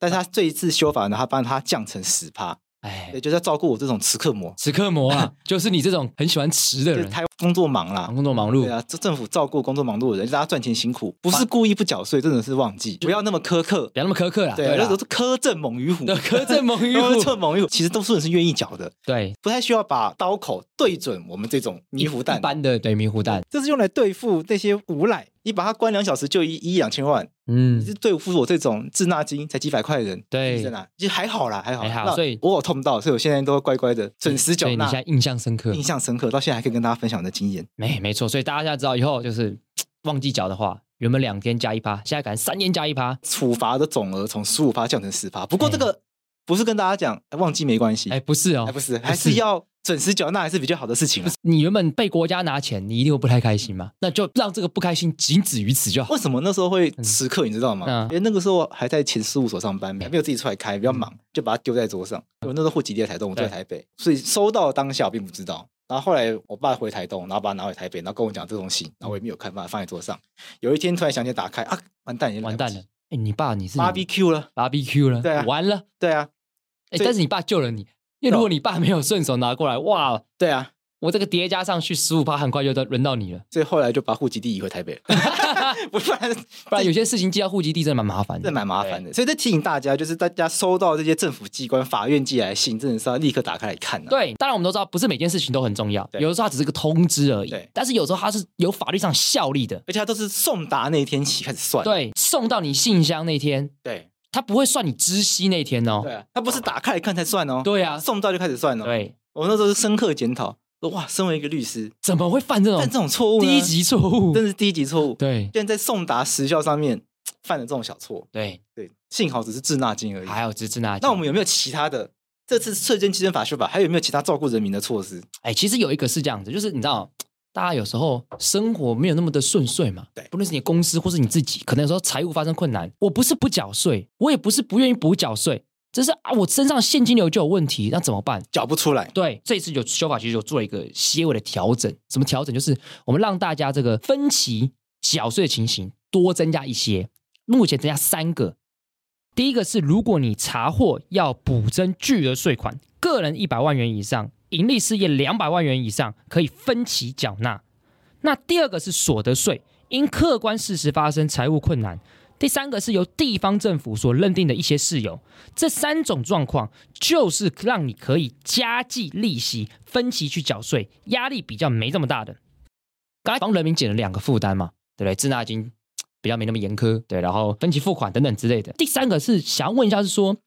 S3: 但是他这一次修法呢，他帮他降成十趴，
S2: 哎
S3: 对，，就是要照顾我这种吃客魔，
S2: 此刻魔啊，就是你这种很喜欢迟的
S3: 就是
S2: 人，
S3: 他工作忙啦。
S2: 忙工作忙
S3: 对
S2: 碌，
S3: 啊，这政府照顾工作忙碌的人，大家赚钱辛苦，不是故意不缴税，真的是忘记，不要那么苛刻。
S2: 不要那么苛刻啦。
S3: 对
S2: 对
S3: 啊，
S2: 啦
S3: 那都是苛政猛于虎，
S2: 对苛政猛于虎
S3: 苛政猛于虎，其实多数人是愿意缴的，
S2: 对，
S3: 不太需要把刀口对准我们这种迷糊
S2: 一
S3: 蛋，
S2: 般的对迷糊蛋，
S3: 这是用来对付那些无赖。你把他关两小时就一一亿两千万，你
S2: 嗯，
S3: 是对付我这种滞纳金才几百块的人，
S2: 对
S3: 在哪？其实还好啦，还好啦，
S2: 还好
S3: 那
S2: 所以
S3: 我有痛到，所以我现在都乖乖的准时
S2: 所
S3: 缴
S2: 以你
S3: 纳
S2: 现，在印象深刻
S3: 印，象深刻，到现在还可以跟大家分享我的经验。
S2: 没没错，所以大家现在知道以后就是忘记缴的话，原本两天加一趴，现在改成三天加一趴，
S3: 处罚的总额从十五趴降成十趴，不过这个不是跟大家讲哎忘记没关系，
S2: 哎，不是哦
S3: 哎，不是，还是要准时缴纳还是比较好的事情啊。
S2: 你原本被国家拿钱，你一定会不太开心嘛？那就让这个不开心仅止于此就好
S3: 为。什么那时候会迟刻，你知道吗？
S2: 嗯
S3: 因为那个时候还在前事务所上班，还没有自己出来开，比较
S2: 嗯
S3: 忙，就把它丢在桌上。我那时候户籍地在台东，我住在
S2: 对
S3: 台北，所以收到当下我并不知道。然后后来我爸回台东，然后把它拿回台北，然后跟我讲这东西，然后我也没有看，把它放在桌上。有一天突然想起来打开啊，完蛋，也
S2: 完蛋了，哎，你爸你是
S3: b 比 Q 了，
S2: 芭比 Q 了，
S3: 对啊
S2: 完了，
S3: 对啊，
S2: 哎，
S3: 所以啊
S2: 但是你爸救了你，因为如果你爸没有顺手拿过来，哇，
S3: 对啊，
S2: 我这个叠加上去十五趴，很快就到轮到你了。
S3: 所以后来就把户籍地移回台 北了，不然
S2: 不然有些事情寄到户籍地真的蛮麻烦
S3: 这
S2: 的。
S3: 蛮麻烦的。所以这提醒大家，就是大家收到这些政府机关、法院寄来的信，真的是要立刻打开来看、啊。
S2: 对，当然我们都知道，不是每件事情都很重要，
S3: 对
S2: 有的时候它只是个通知而已
S3: 对，
S2: 但是有时候它是有法律上效力的。
S3: 而且它都是送达那一天起开始算。
S2: 对，送到你信箱那天，
S3: 对
S2: 它不会算你知悉那天哦。
S3: 对啊，它不是打开来看才算哦。
S2: 对啊
S3: 送到就开始算哦。，
S2: 对，
S3: 我那时候是深刻检讨，说哇，身为一个律师，
S2: 怎么会犯这种
S3: 犯这种错误呢，
S2: 低级错误？
S3: 真是低级错误。，
S2: 对
S3: 竟然在送达时效上面犯了这种小错。
S2: 对，
S3: 对，幸好只是滞纳金而已。
S2: 还有芝芝那，
S3: 那我们有没有其他的？这次税捐基征法修法还有没有其他照顾人民的措施？
S2: 哎，其实有一个是这样子，就是你知道，大家有时候生活没有那么的顺遂嘛，
S3: 对
S2: 不论是你公司或是你自己，可能有时候财务发生困难，我不是不缴税，我也不是不愿意补缴税，只是啊，我身上现金流就有问题，那怎么办？
S3: 缴不出来，
S2: 对，这次有修法其实有做一个些微的调整，什么调整？就是我们让大家这个分期缴税的情形多增加一些，目前增加三个。第一个是，如果你查获要补征巨额税款，个人一百万元以上，盈利事业两百万元以上，可以分期缴纳。那第二个是所得税，因客观事实发生财务困难。第三个是由地方政府所认定的一些事由，这三种状况就是让你可以加计利息分期去缴税，压力比较没这么大的。刚才帮人民减了两个负担嘛，对不对？滞纳金嘖比较没那么严苛，对，然后分期付款等等之类的。第三个是想要问一下，是说，嘖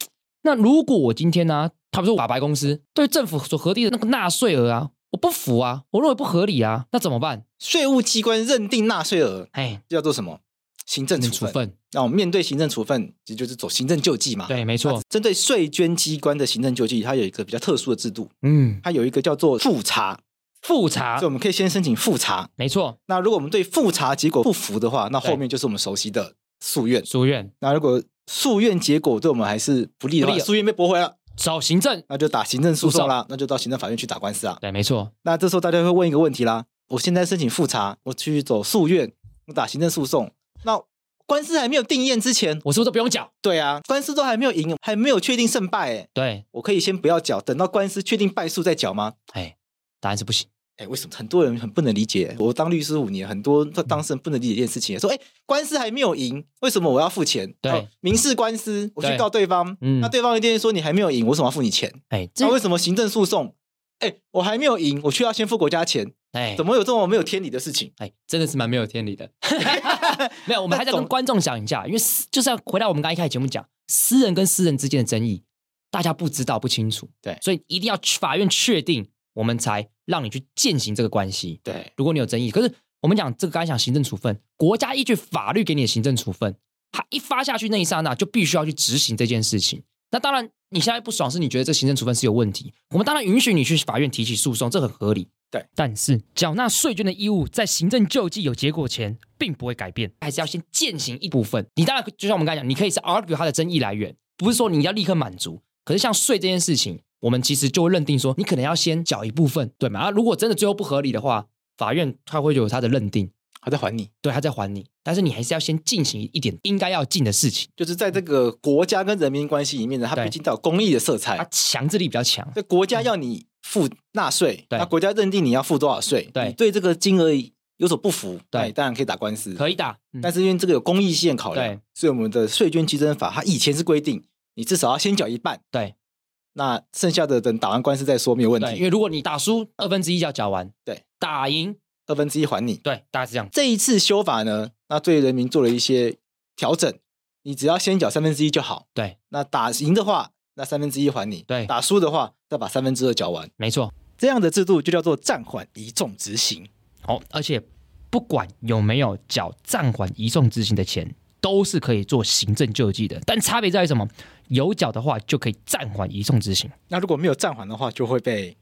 S2: 那如果我今天呢、他们说打白公司对政府所核定的那个纳税额啊，我不服啊，我认为不合理啊，那怎么办？
S3: 税务机关认定纳税额
S2: 哎，
S3: 叫做什么？行政
S2: 能
S3: 处
S2: 处
S3: 分。
S2: 分，
S3: 那我们面对行政处分，其实就是走行政救济嘛。，
S2: 对，没错，
S3: 针对税捐机关的行政救济，它有一个比较特殊的制度，
S2: 嗯，
S3: 它有一个叫做复查，
S2: 复查
S3: 所以，我们可以先申请复查。
S2: 没错，
S3: 那如果我们对复查结果不服的话，那
S2: 对
S3: 后面就是我们熟悉的诉愿。
S2: 书院
S3: 那如果诉愿结果对我们还是不利的
S2: 不
S3: 话，
S2: 利的
S3: 诉愿被驳回了，
S2: 找行政，
S3: 那就打行政诉
S2: 诉讼
S3: 讼啦，那就到行政法院去打官司啊。
S2: 对，没错，
S3: 那这时候大家会问一个问题啦：我现在申请复查，我去走诉愿，我打行政诉讼，那官司还没有定验之前，
S2: 我是不是都不用缴？
S3: 对啊，官司都还没有赢，还没有确定胜败，哎，
S2: 对，
S3: 我可以先不要缴，等到官司确定败诉再缴吗？
S2: 哎，答案是不行。
S3: 哎，为什么很多人很不能理解？我当律师五年，很多
S2: 嗯
S3: 当事人不能理解一件事情，说哎，官司还没有赢，为什么我要付钱？
S2: 对
S3: 还有民事官司我去
S2: 对
S3: 告对方，
S2: 嗯
S3: 那对方一定说你还没有赢，我为什么要付你钱？
S2: 哎，这
S3: 那为什么行政诉讼？哎，我还没有赢，我却要先付国家钱，
S2: 哎
S3: 怎么有这么没有天理的事情？
S2: 哎，真的是蛮没有天理的。 没有，我们还在
S3: 那
S2: 跟
S3: 总
S2: 观众讲一下，因为私就是要回到我们刚一开始节目讲，私人跟私人之间的争议，大家不知道不清楚，
S3: 对
S2: 所以一定要去法院确定，我们才让你去践行这个关系。
S3: 对，
S2: 如果你有争议，可是我们讲这个刚才讲行政处分，国家依据法律给你的行政处分，它一发下去那一刹那就必须要去执行这件事情。那当然，你现在不爽是你觉得这行政处分是有问题，我们当然允许你去法院提起诉讼，这很合理。
S3: 对，
S2: 但是缴纳税捐的义务在行政救济有结果前并不会改变，还是要先践行一部分。你当然就像我们刚才讲，你可以是 argue 它的争议来源，不是说你要立刻满足。可是像税这件事情，我们其实就会认定说，你可能要先缴一部分，对吗？啊，如果真的最后不合理的话，法院他会有他的认定，
S3: 还在还你。
S2: 对他在还你，但是你还是要先进行一点应该要尽的事情。
S3: 就是在这个国家跟人民关系里面呢，它
S2: 对
S3: 毕竟带有公益的色
S2: 他
S3: 彩。
S2: 强制力比较强，
S3: 这国家要你付纳税，
S2: 对
S3: 那国家认定你要付多少税，
S2: 对
S3: 你对这个金额有所不服，
S2: 对
S3: 那你当然可以打官司。
S2: 可
S3: 以，
S2: 以打，嗯
S3: 但是因为这个有公益性考
S2: 对
S3: 量，所以我们的税捐基征法它以前是规定，你至少要先缴一半，
S2: 对
S3: 那剩下的等打完官司再说没有问
S2: 对，因
S3: 题，
S2: 为如果你打输，二分之一就要缴完，
S3: 对，
S2: 打赢，
S3: 二分之一还你。
S2: 对，大概是这样，
S3: 这一次修法呢，那对人民做了一些调整，你只要先缴三分之一就好。
S2: 对，
S3: 那打赢的话，那三分之一还你；
S2: 对
S3: 打输的话，再把三分之二缴完。
S2: 没错。
S3: 这样的制度就叫做暂缓移重执行。
S2: 好，而且不管有没有缴暂缓移送执行的钱，都是可以做行政救济的，但差别在于什么？有缴的话就可以暂缓移送执行，
S3: 那如果没有暂缓的话，就会被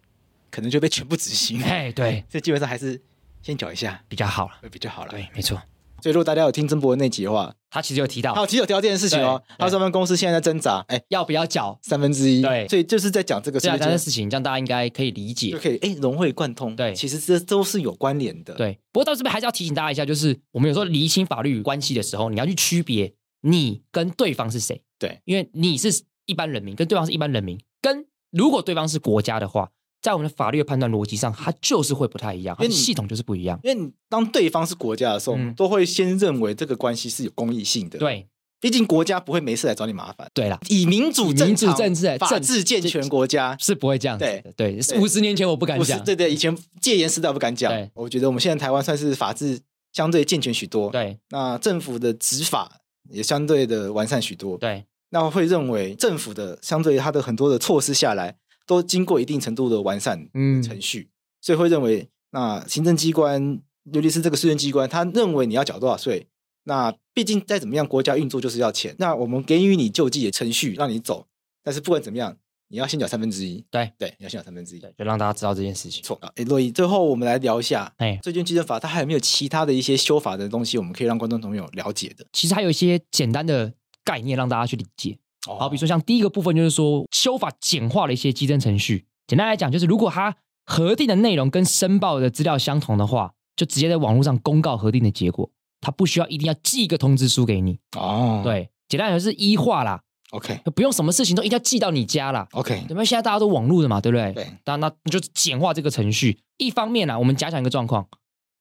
S3: 可能就被全部执行。
S2: 哎，对，
S3: 所以基本上还是先缴一下
S2: 比较好了，
S3: 会比较好了。
S2: 对，没错。
S3: 所以如果大家有听曾博的那集的话，
S2: 他其实有提
S3: 他
S2: 到
S3: 有提有提到这件事情哦
S2: 对对。
S3: 他说他们公司现在在挣扎，哎，
S2: 要不要缴
S3: 三分之一。
S2: 对
S3: 所以就是在讲这个
S2: 这两
S3: 事
S2: 件
S3: 情
S2: 事情，这样大家应该可以理解
S3: 就。可以哎融会贯通。
S2: 对
S3: 其实这都是有关联的。
S2: 对，不过到这边还是要提醒大家一下，就是我们有时候厘清法律关系的时候，你要去区别你跟对方是谁。
S3: 对，
S2: 因为你是一般人民，跟对方是一般人民，跟如果对方是国家的话，在我们的法律的判断逻辑上，它就是会不太一样，它
S3: 因为
S2: 的
S3: 你
S2: 系统就是不一样。
S3: 因为你当对方是国家的时候，我们
S2: 嗯
S3: 都会先认为这个关系是有公益性的。，
S2: 对
S3: 毕竟国家不会没事来找你麻烦。
S2: 对啦，
S3: 以民主
S2: 以民
S3: 正
S2: 主
S3: 常、
S2: 政治来
S3: 法
S2: 政
S3: 治健全国家，
S2: 是不会这样子的。对，
S3: 对
S2: 五十年前我不敢
S3: 不是
S2: 讲。
S3: 对对，以前戒严时代不敢讲
S2: 对。
S3: 我觉得我们现在台湾算是法治相对健全许多，
S2: 对
S3: 那政府的执法也相对的完善许多。
S2: 对
S3: 那我会认为政府的相对它的很多的措施下来，都经过一定程度的完善
S2: 嗯
S3: 程序，所以会认为那行政机关，尤其是这个税政机关，他认为你要缴多少税，那毕竟再怎么样，国家运作就是要钱，那我们给予你救济的程序让你走，但是不管怎么样，你要先缴三分之一，
S2: 对
S3: 对，你要先缴三分之一。
S2: 对，就让大家知道这件事情。
S3: 错啊，哎，洛伊，最后我们来聊一下
S2: 哎，
S3: 最近基政法，它还有没有其他的一些修法的东西，我们可以让观众朋友了解的？
S2: 其实还有一些简单的概念让大家去理解。
S3: 哦
S2: 好，比如说像第一个部分就是说，修法简化了一些稽征程序。简单来讲，就是如果它核定的内容跟申报的资料相同的话，就直接在网络上公告核定的结果，它不需要一定要寄一个通知书给你。
S3: 哦，
S2: 对，简单来讲就是医化啦，
S3: ，OK
S2: 不用什么事情都一定要寄到你家啦。
S3: OK，
S2: 对吧？现在大家都网络的嘛，对不对？
S3: 对，
S2: 那那你就简化这个程序。一方面啊，我们假想一个状况，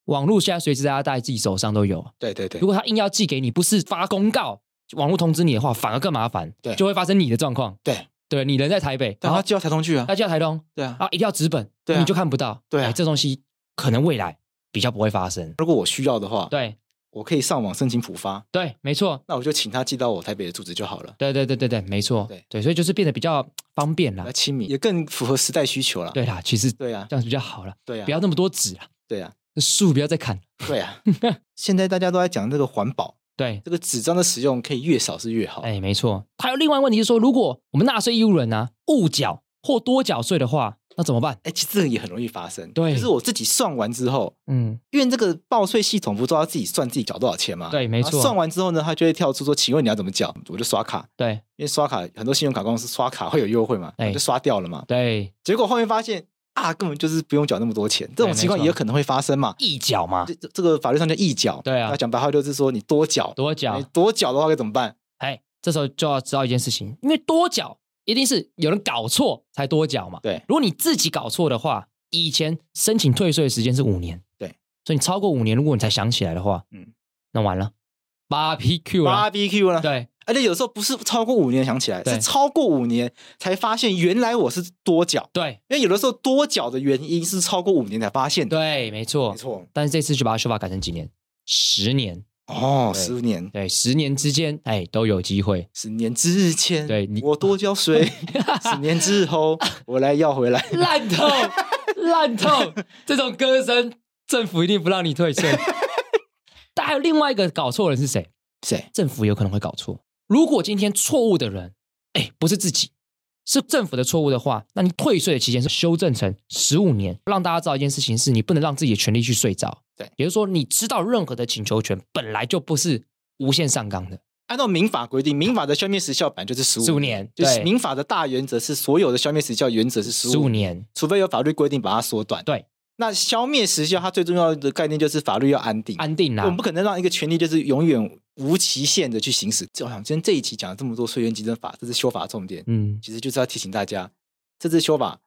S2: 网络现在随时大家在自己手上都有，
S3: 对对对
S2: 如，果他硬要寄给你，不是发公告、网络通知你的话，反而更麻烦，
S3: 对
S2: 就会发生你的状况。
S3: 对，
S2: 对你人在台北，
S3: 但
S2: 然后
S3: 他就要台通去啊
S2: 他，就在台东，
S3: 对啊
S2: 啊，一定要纸本，
S3: 对啊
S2: 你就看不到。
S3: 对啊
S2: 哎这东西可能未来比较不会发生。
S3: 如果我需要的话，
S2: 对
S3: 我可以上网申请普发，
S2: 对，没错，
S3: 那我就请他寄到我台北的住址就好了，
S2: 对对对对对，没错，
S3: 对
S2: 所以就是变得比较方便啦
S3: 来。亲民，也更符合时代需求了。
S2: 啊对啦，其实
S3: 对啊，
S2: 这样子比较好了，
S3: 对啊，
S2: 不要那么多纸啊，
S3: 对啊，
S2: 这树不要再砍。
S3: 对 啊。现在大家都在讲这个环保，
S2: 对，
S3: 这个纸张的使用可以越少是越好。
S2: 哎，没错。还有另外一个问题是说，如果我们纳税义务人呢、误缴或多缴税的话，那怎么办？
S3: 哎，其实这个也很容易发生。
S2: 对
S3: 就是我自己算完之后，
S2: 嗯，
S3: 因为这个报税系统不都要自己算自己缴多少钱吗？
S2: 对没
S3: 然后
S2: 错
S3: 算完之后呢，他就会跳出说：“请问你要怎么缴？”我就刷卡，
S2: 对
S3: 因为刷卡很多信用卡公司刷卡会有优惠嘛，
S2: 哎
S3: 我就刷掉了嘛。
S2: 对，
S3: 结果后面发现啊，根本就是不用缴那么多钱，这
S2: 对
S3: 种
S2: 没
S3: 情况
S2: 错
S3: 也有可能会发生嘛。
S2: 一角嘛，
S3: 这这这个法律上叫一缴，
S2: 对啊
S3: 那讲白话就是说你多缴，
S2: 多
S3: 你
S2: 角，
S3: 多缴的话该怎么办？
S2: 哎，这时候就要知道一件事情，因为多角一定是有人搞错才多角嘛。
S3: 对
S2: 如果你自己搞错的话，以前申请退税的时间是五年，
S3: 对，
S2: 所以你超过五年，如果你才想起来的话，嗯
S3: 嗯，
S2: 那完了，BBQ 了，
S3: ，barbecue 呢？
S2: 啊对
S3: 而且有时候不是超过五年想起来，
S2: 对
S3: 是超过五年才发现原来我是多缴，
S2: 对
S3: 因为有的时候多缴的原因是超过五年才发现的。
S2: 对，啊没错
S3: 没。错，
S2: 但是这次就把它修法改成几年？十年，
S3: 哦，
S2: 对
S3: 十五年，
S2: 对，十年之间，哎，都有机会。
S3: 十年之前，
S2: 对你
S3: 我多交 税，十年之后我来要回来。
S2: 烂透，烂透！这种歌声，政府一定不让你退税。但还有另外一个搞错人是 谁？
S3: 谁？
S2: 政府有可能会搞错。如果今天错误的人，哎，不是自己，是政府的错误的话，那你退税的期间是修正成十五年，让大家知道一件事情是你不能让自己的权利去睡着。
S3: 对
S2: 也就是说，你知道任何的请求权本来就不是无限上纲的。
S3: 按照民法规定，民法的消灭时效版就是十五
S2: 15年
S3: 就是
S2: 对
S3: 民法的大原则是所有的消灭时效原则是
S2: 十
S3: 十
S2: 五
S3: 五，
S2: 年，
S3: 除非有法律规定把它缩短。
S2: 对，
S3: 那消灭时效它最重要的概念就是法律要安定，
S2: 安定啦、啊
S3: 我们不可能让一个权利就是永远无期限的去行使。就好像今天这一期讲了这么多税源集征法，这是修法重点，
S2: 嗯
S3: 其实就是要提醒大家，这次修法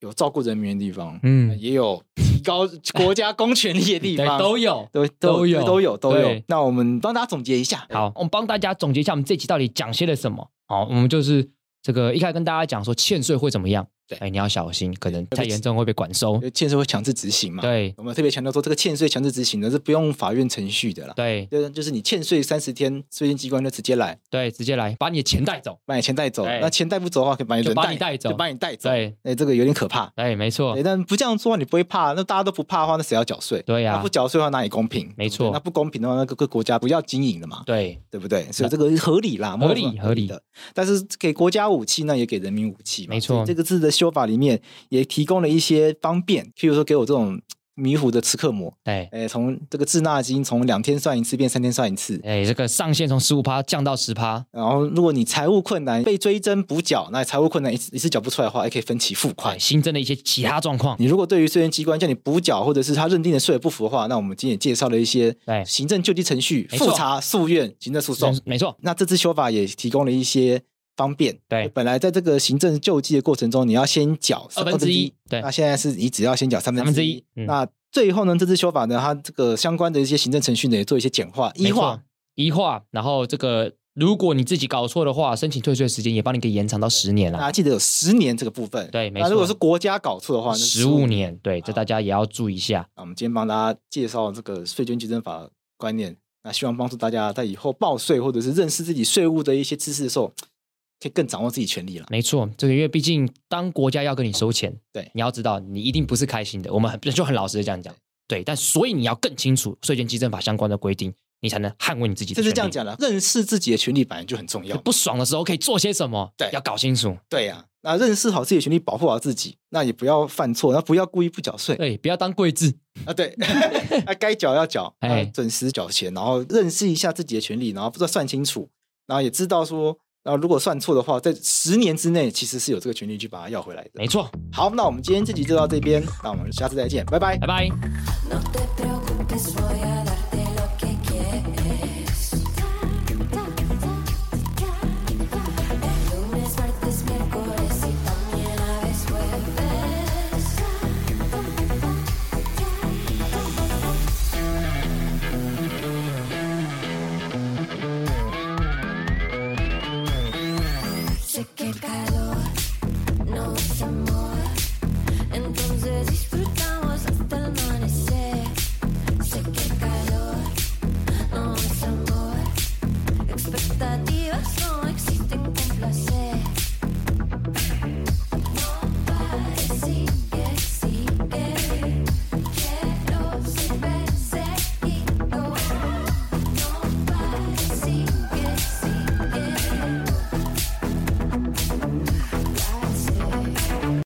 S3: 有照顾人民的地方，
S2: 嗯，
S3: 也有提 高国家公权力的地
S2: 对，
S3: 方，
S2: 都有。
S3: 都
S2: 都有
S3: 都有都有
S2: 对。
S3: 那我们帮大家总结一下，
S2: 好，我们帮大家总结一下我们这集到底讲些了什么。好，我们就是这个一开始跟大家讲说欠税会怎么样，
S3: 对
S2: 哎，你要小心，可能太严重会被管收
S3: 因。为欠税会强制执行嘛？，
S2: 对
S3: 我们特别强调说，这个欠税强制执行呢是不用法院程序的啦，
S2: 对
S3: 就是就是你欠税三十天，税金机关就直接来
S2: 对，直接来把你的钱带走。
S3: 把你钱带走，
S2: 对
S3: 那钱带不走的话，可以把你
S2: 就
S3: 人
S2: 把你带走
S3: 就把你带走。
S2: 对
S3: 哎，这个有点可怕。
S2: 对，没错
S3: 对，，但不这样做的话你不会怕，那大家都不怕的话，那谁要缴税？
S2: 对呀
S3: 那不缴税的话哪里公平？
S2: 没
S3: 对不对
S2: 错
S3: 那不公平的话，那各个国家不要经营了嘛，
S2: 对
S3: 对不对？所以这个合理啦，
S2: 合理
S3: 某种程度
S2: 合理
S3: 的。但是给国家武器，那也给人民武器嘛。
S2: 没错
S3: 所以这个字的修法里面也提供了一些方便，譬如说给我这种迷糊的吃克魔，
S2: 对，
S3: 哎，从这个滞纳金从两天算一次变三天算一次。
S2: 哎，这个上限从十五趴降到十趴，
S3: 然后，如果你财务困难被追征补缴，那财务困难一次一次缴不出来的话，还可以分期付款
S2: 哎，。新增的一些其他状况。
S3: 你如果对于税源机关叫你补缴，或者是他认定的税额不符的话，那我们今天也介绍了一些
S2: 对
S3: 行政救济程序、
S2: 没错
S3: 复查、诉愿、行政诉讼。
S2: 没错，
S3: 那这次修法也提供了一些方便。
S2: 对
S3: 本来在这个行政救济的过程中，你要先缴
S2: 二分之一，对
S3: 那现在是你只要先缴三
S2: 三分
S3: 分
S2: 之
S3: 之
S2: 一
S3: 一。
S2: 嗯
S3: 那最后呢，这次修法呢，它这个相关的一些行政程序呢，也做一些简化、
S2: 没
S3: 一化
S2: 错。一化，然后这个如果你自己搞错的话，申请退税时间也帮你给延长到十年
S3: 大
S2: 啦，
S3: 家记得有十年这个部分。
S2: 对没
S3: 那如果
S2: 错
S3: 是国家搞错的话，那是
S2: 十五。年，对，这
S3: 好
S2: 大家也要注意一下。
S3: 那我们今天帮大家介绍这个税捐稽征法的观念，那希望帮助大家在以后报税或者是认识自己税务的一些知识的时候，可以更掌握自己权利了。
S2: 没错，这个因为毕竟当国家要跟你收钱，
S3: 对
S2: 你要知道你一定不是开心的。我们很就很老实的这样讲，对，但所以你要更清楚税捐基征法相关的规定，你才能捍卫你自己
S3: 这
S2: 的权利。
S3: 是这样讲了，认识自己的权利本来就很重要。
S2: 不爽的时候可以做些什么？
S3: 对
S2: 要搞清楚。
S3: 对呀、那认识好自己的权利，保护好自己，那也不要犯错，那不要故意不缴税
S2: 对，不要当贵字。
S3: 啊。 对，啊该缴要缴，
S2: 哎
S3: 啊准时缴钱，然后认识一下自己的权利，然后不知道算清楚，然后也知道说，然后如果算错的话，在十年之内其实是有这个权利去把它要回来的。
S2: 没错，
S3: 好，那我们今天这集就到这边，那我们下次再见，拜拜
S2: 拜。拜。
S4: No te preocupes.